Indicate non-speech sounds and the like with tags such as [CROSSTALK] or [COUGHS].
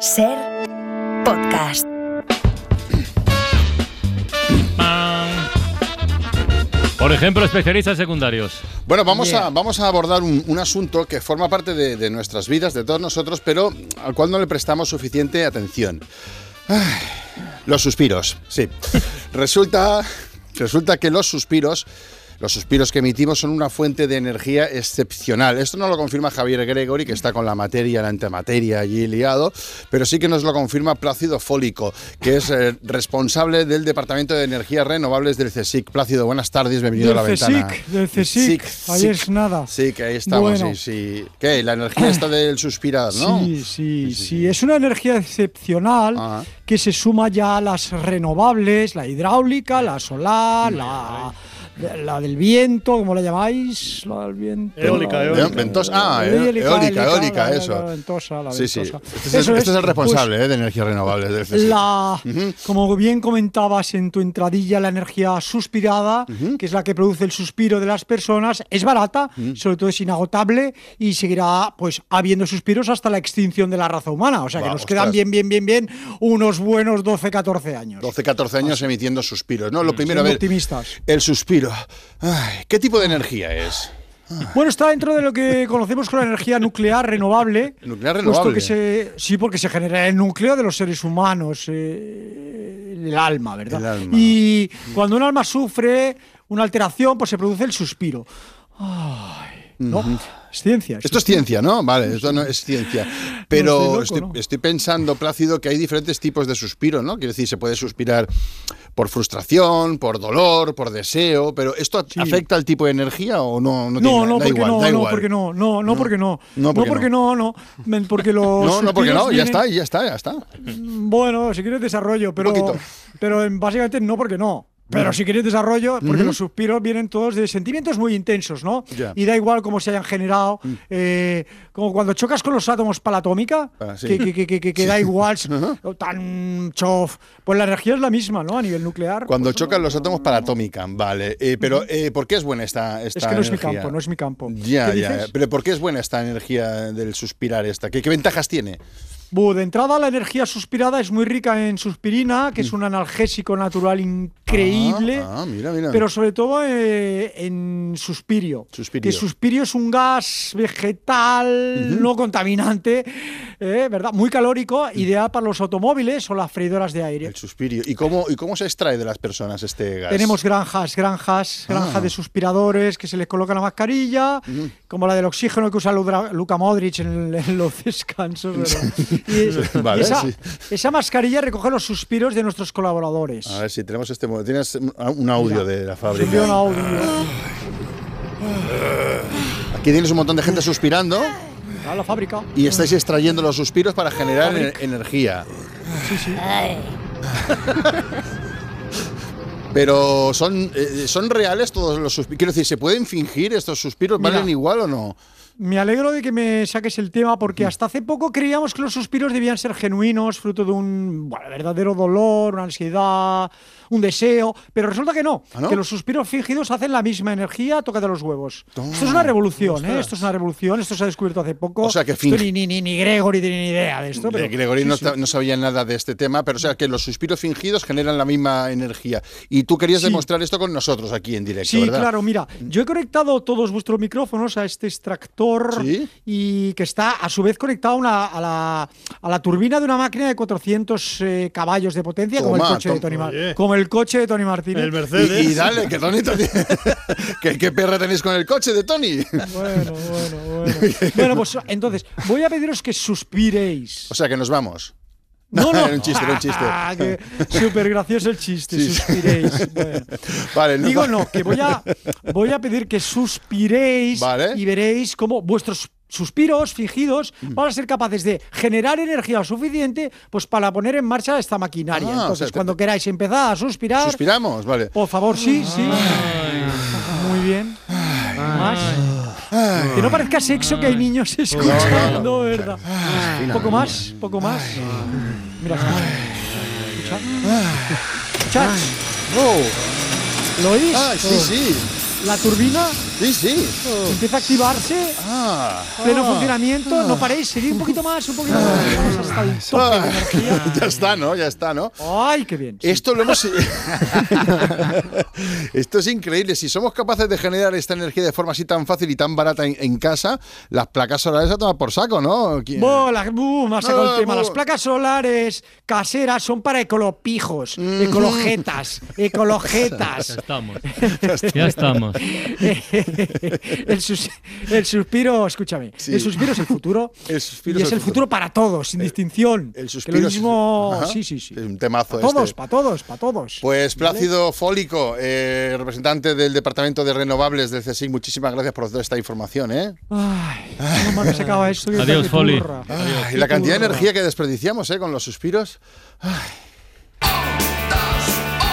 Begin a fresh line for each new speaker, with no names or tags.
Ser podcast.
Por ejemplo, especialistas secundarios.
Bueno, vamos, a, vamos a abordar un, un asunto que forma parte de, de nuestras vidas, de todos nosotros, pero al cual no le prestamos suficiente atención. Ay, los suspiros, sí. Resulta, resulta que los suspiros, los suspiros que emitimos son una fuente de energía excepcional. Esto no lo confirma Javier Gregory, que está con la materia, la antimateria allí liado, pero sí que nos lo confirma Plácido Fólico, que es eh, responsable del Departamento de Energías Renovables del CSIC. Plácido, buenas tardes, bienvenido
Del
a la ventana.
CSIC, del CSIC, ahí es nada.
Sí, que ahí estamos,
Bueno.
sí, sí. ¿Qué? La
[COUGHS]
energía está del suspirar, ¿no?
Sí, sí, sí. Es una energía excepcional
Ajá.
que se suma ya a las renovables, la hidráulica, la solar, la, la del viento, ¿cómo la llamáis? La del viento.
Eólica,
la-
eólica.
Ve- ventosa- ah,
la
eólica, eólica,
la-
eólica,
la- la
eso.
ventosa, la
Sí, sí. Este
ventosa.
es, el-
Eso
este es el
pues,
responsable eh, de energías renovables del CSIC.
la, como bien comentabas en tu entradilla, la energía suspirada, que es la que produce el suspiro de las personas, es barata, sobre todo es inagotable y seguirá pues habiendo suspiros hasta la extinción de la raza humana. O sea que
Va,
nos quedan
ostras.
bien, bien, bien, bien unos buenos 12, 14 años.
12, 14 años emitiendo suspiros, ¿no? Lo primero, a
Mm. Siendo
ver,
optimistas.
el suspiro. Ay, ¿Qué tipo de energía es?
Bueno, está dentro de lo que conocemos con la energía nuclear renovable.
Nuclear
puesto
renovable.
que se- sí, porque se genera en el núcleo de los seres humanos, eh, el alma, ¿verdad?
El alma.
Y cuando un alma sufre una alteración, pues se produce el suspiro. Ay, ¿no? Es ciencia.
Esto es ciencia, ¿no? Vale, esto no es ciencia.
[LAUGHS] No,
Pero
estoy loco,
estoy,
¿no?
estoy pensando, Plácido, que hay diferentes tipos de suspiro, ¿no? Quiero decir, se puede suspirar por frustración, por dolor, por deseo, pero ¿esto a- afecta al tipo de energía o no? No, tiene-
No, no,
da
porque
igual,
no,
da
no,
igual.
porque no, no, no, porque no,
No,
no,
porque
porque no, no, men, porque
[LAUGHS]
los
No, no, porque
suspiros
no, ya
vienen-
está, ya está, ya está.
Bueno, si quieres desarrollo, pero,
poquito. Mm.
pero en- básicamente no porque no. Pero si quieres desarrollo, porque los suspiros vienen todos de sentimientos muy intensos, ¿no?
Ya. Mm.
Y da igual cómo se hayan generado. eh, como cuando chocas con los átomos para la atómica,
Ah, sí.
que, que- que- que- que- que da igual,
[LAUGHS]
oh, tan chof. Pues la energía es la misma, ¿no? A nivel nuclear.
Cuando
pues,
chocan los átomos para atómica, vale. Eh, pero eh, ¿por qué es buena esta, esta
Es que no es mi
energía?
campo, no es mi campo.
Ya,
¿Qué
ya. eh,
dices?
Pero ¿por qué es buena esta energía del suspirar esta? ¿Qué, qué ventajas tiene?
Bu, de entrada, la energía suspirada es muy rica en suspirina, que es un analgésico natural increíble.
Mm. Ah, ah, mira, mira.
Pero sobre todo eh, en suspirio.
Suspirio.
Que suspirio es un gas vegetal no contaminante, eh, ¿verdad? Muy calórico, ideal para los automóviles o las freidoras de aire.
El suspirio. ¿Y cómo, ¿Y cómo se extrae de las personas este gas?
Tenemos granjas, granjas,
Ah.
granjas de suspiradores que se les coloca la mascarilla, como la del oxígeno que usa Ludra- Luka Modric en, el- en los [LAUGHS] descansos. ¿verdad? Y- y
[LAUGHS] Vale,
esa,
sí.
esa mascarilla recoge los suspiros de nuestros colaboradores.
A ver si tenemos este. mo- Tienes un- un audio de la Ah.
Subió un
fábrica.
audio.
Aquí tienes un montón de gente suspirando
a la fábrica.
y estáis extrayendo los suspiros para generar ener- energía. [LAUGHS] Pero son, eh, son reales todos los suspiros. Quiero decir, ¿se pueden fingir estos suspiros?
Mira.
¿Valen igual o no?
Me alegro de que me saques el tema porque hasta hace poco creíamos que los suspiros debían ser genuinos, fruto de un bueno, verdadero dolor, una ansiedad, un deseo, pero resulta que no,
¿Ah, no?
que los suspiros fingidos hacen la misma energía, tócate los huevos. Esto es una revolución, ¿eh? esto es una revolución, esto se ha descubierto hace poco.
O sea, que
Esto
fing-
ni, ni, ni, ni Gregory tiene ni idea de esto. Pero,
Eh, Gregory
sí,
no,
sí.
ta- no sabía nada de este tema, pero o sea que los suspiros fingidos generan la misma energía. Y tú querías
Sí.
demostrar esto con nosotros aquí en directo,
Sí,
¿verdad? Mm.
claro, mira, yo he conectado todos vuestros micrófonos a este extractor
Sí.
y que está a su vez conectado a una- a, la, a la turbina de una máquina de 400 eh, caballos de potencia, como
Toma,
el coche de
toma,
Tony Mar-
oye.
como el coche de Tony Martínez.
El Mercedes.
Y, y dale, que Tony. [LAUGHS] Tony- ¿Qué, ¿Qué perra tenéis con el coche de Tony?
[LAUGHS] Bueno, bueno, bueno. Bueno, pues entonces, voy a pediros que suspiréis.
[LAUGHS] O sea que nos vamos.
No, no.
era un chiste, era un chiste.
[LAUGHS] Ah, que Súper gracioso el chiste, suspiréis. Bueno.
[LAUGHS] Vale, no-
Digo no, que voy a, voy a pedir que suspiréis
Vale. Mm.
y veréis cómo vuestros suspiros fingidos van a ser capaces de generar energía suficiente pues para poner en marcha esta maquinaria.
Ah, o
Entonces,
sea, te-
cuando queráis empezar a suspirar,
Suspiramos, vale.
por favor, sí, sí. Muy bien. Más. Que no parezca sexo que hay niños escuchando, ¿verdad? Poco más, poco más. Mira, escucha. Escucha. Escuchad.
Oh,
¿Lo
¡Ay,
oís?
Ah, sí, sí!
la turbina
Sí, sí.
empieza a activarse,
Ah.
pleno funcionamiento, no paréis, seguid un poquito más, un poquito más. Vamos hasta el tope de energía.
Ah. [LAUGHS] ya está, ¿no? Ya está, ¿no?
¡Ay, qué bien!
Esto lo hemos. [LAUGHS] Esto es increíble. Si somos capaces de generar esta energía de forma así tan fácil y tan barata en, en casa, las placas solares a tomar por saco, ¿no? ¿Quién-
Bola, boom, ha sacado
No,
el tema.
Ah, boom.
Las placas solares caseras son para ecolopijos, ecologetas,
Ya
[LAUGHS]
ecologetas. [LAUGHS]
estamos. Ya estamos.
el, sus- el suspiro, escúchame,
Sí.
el suspiro es el futuro.
El suspiro
y es el futuro para todos, sin distinción.
El
Que
suspiro
lo
es-
mismo,
Ajá.
sí, sí, sí.
Es un temazo
Para todos,
este.
para todos, para todos.
Pues Plácido Fólico, eh, representante del Departamento de Renovables del CSIC, muchísimas gracias por toda esta información, ¿eh?
Ay, no mal que se acaba esto. Dios,
Adiós,
qué
Foli.
turra.
Ay, y la cantidad de energía que desperdiciamos, ¿eh? Con los suspiros.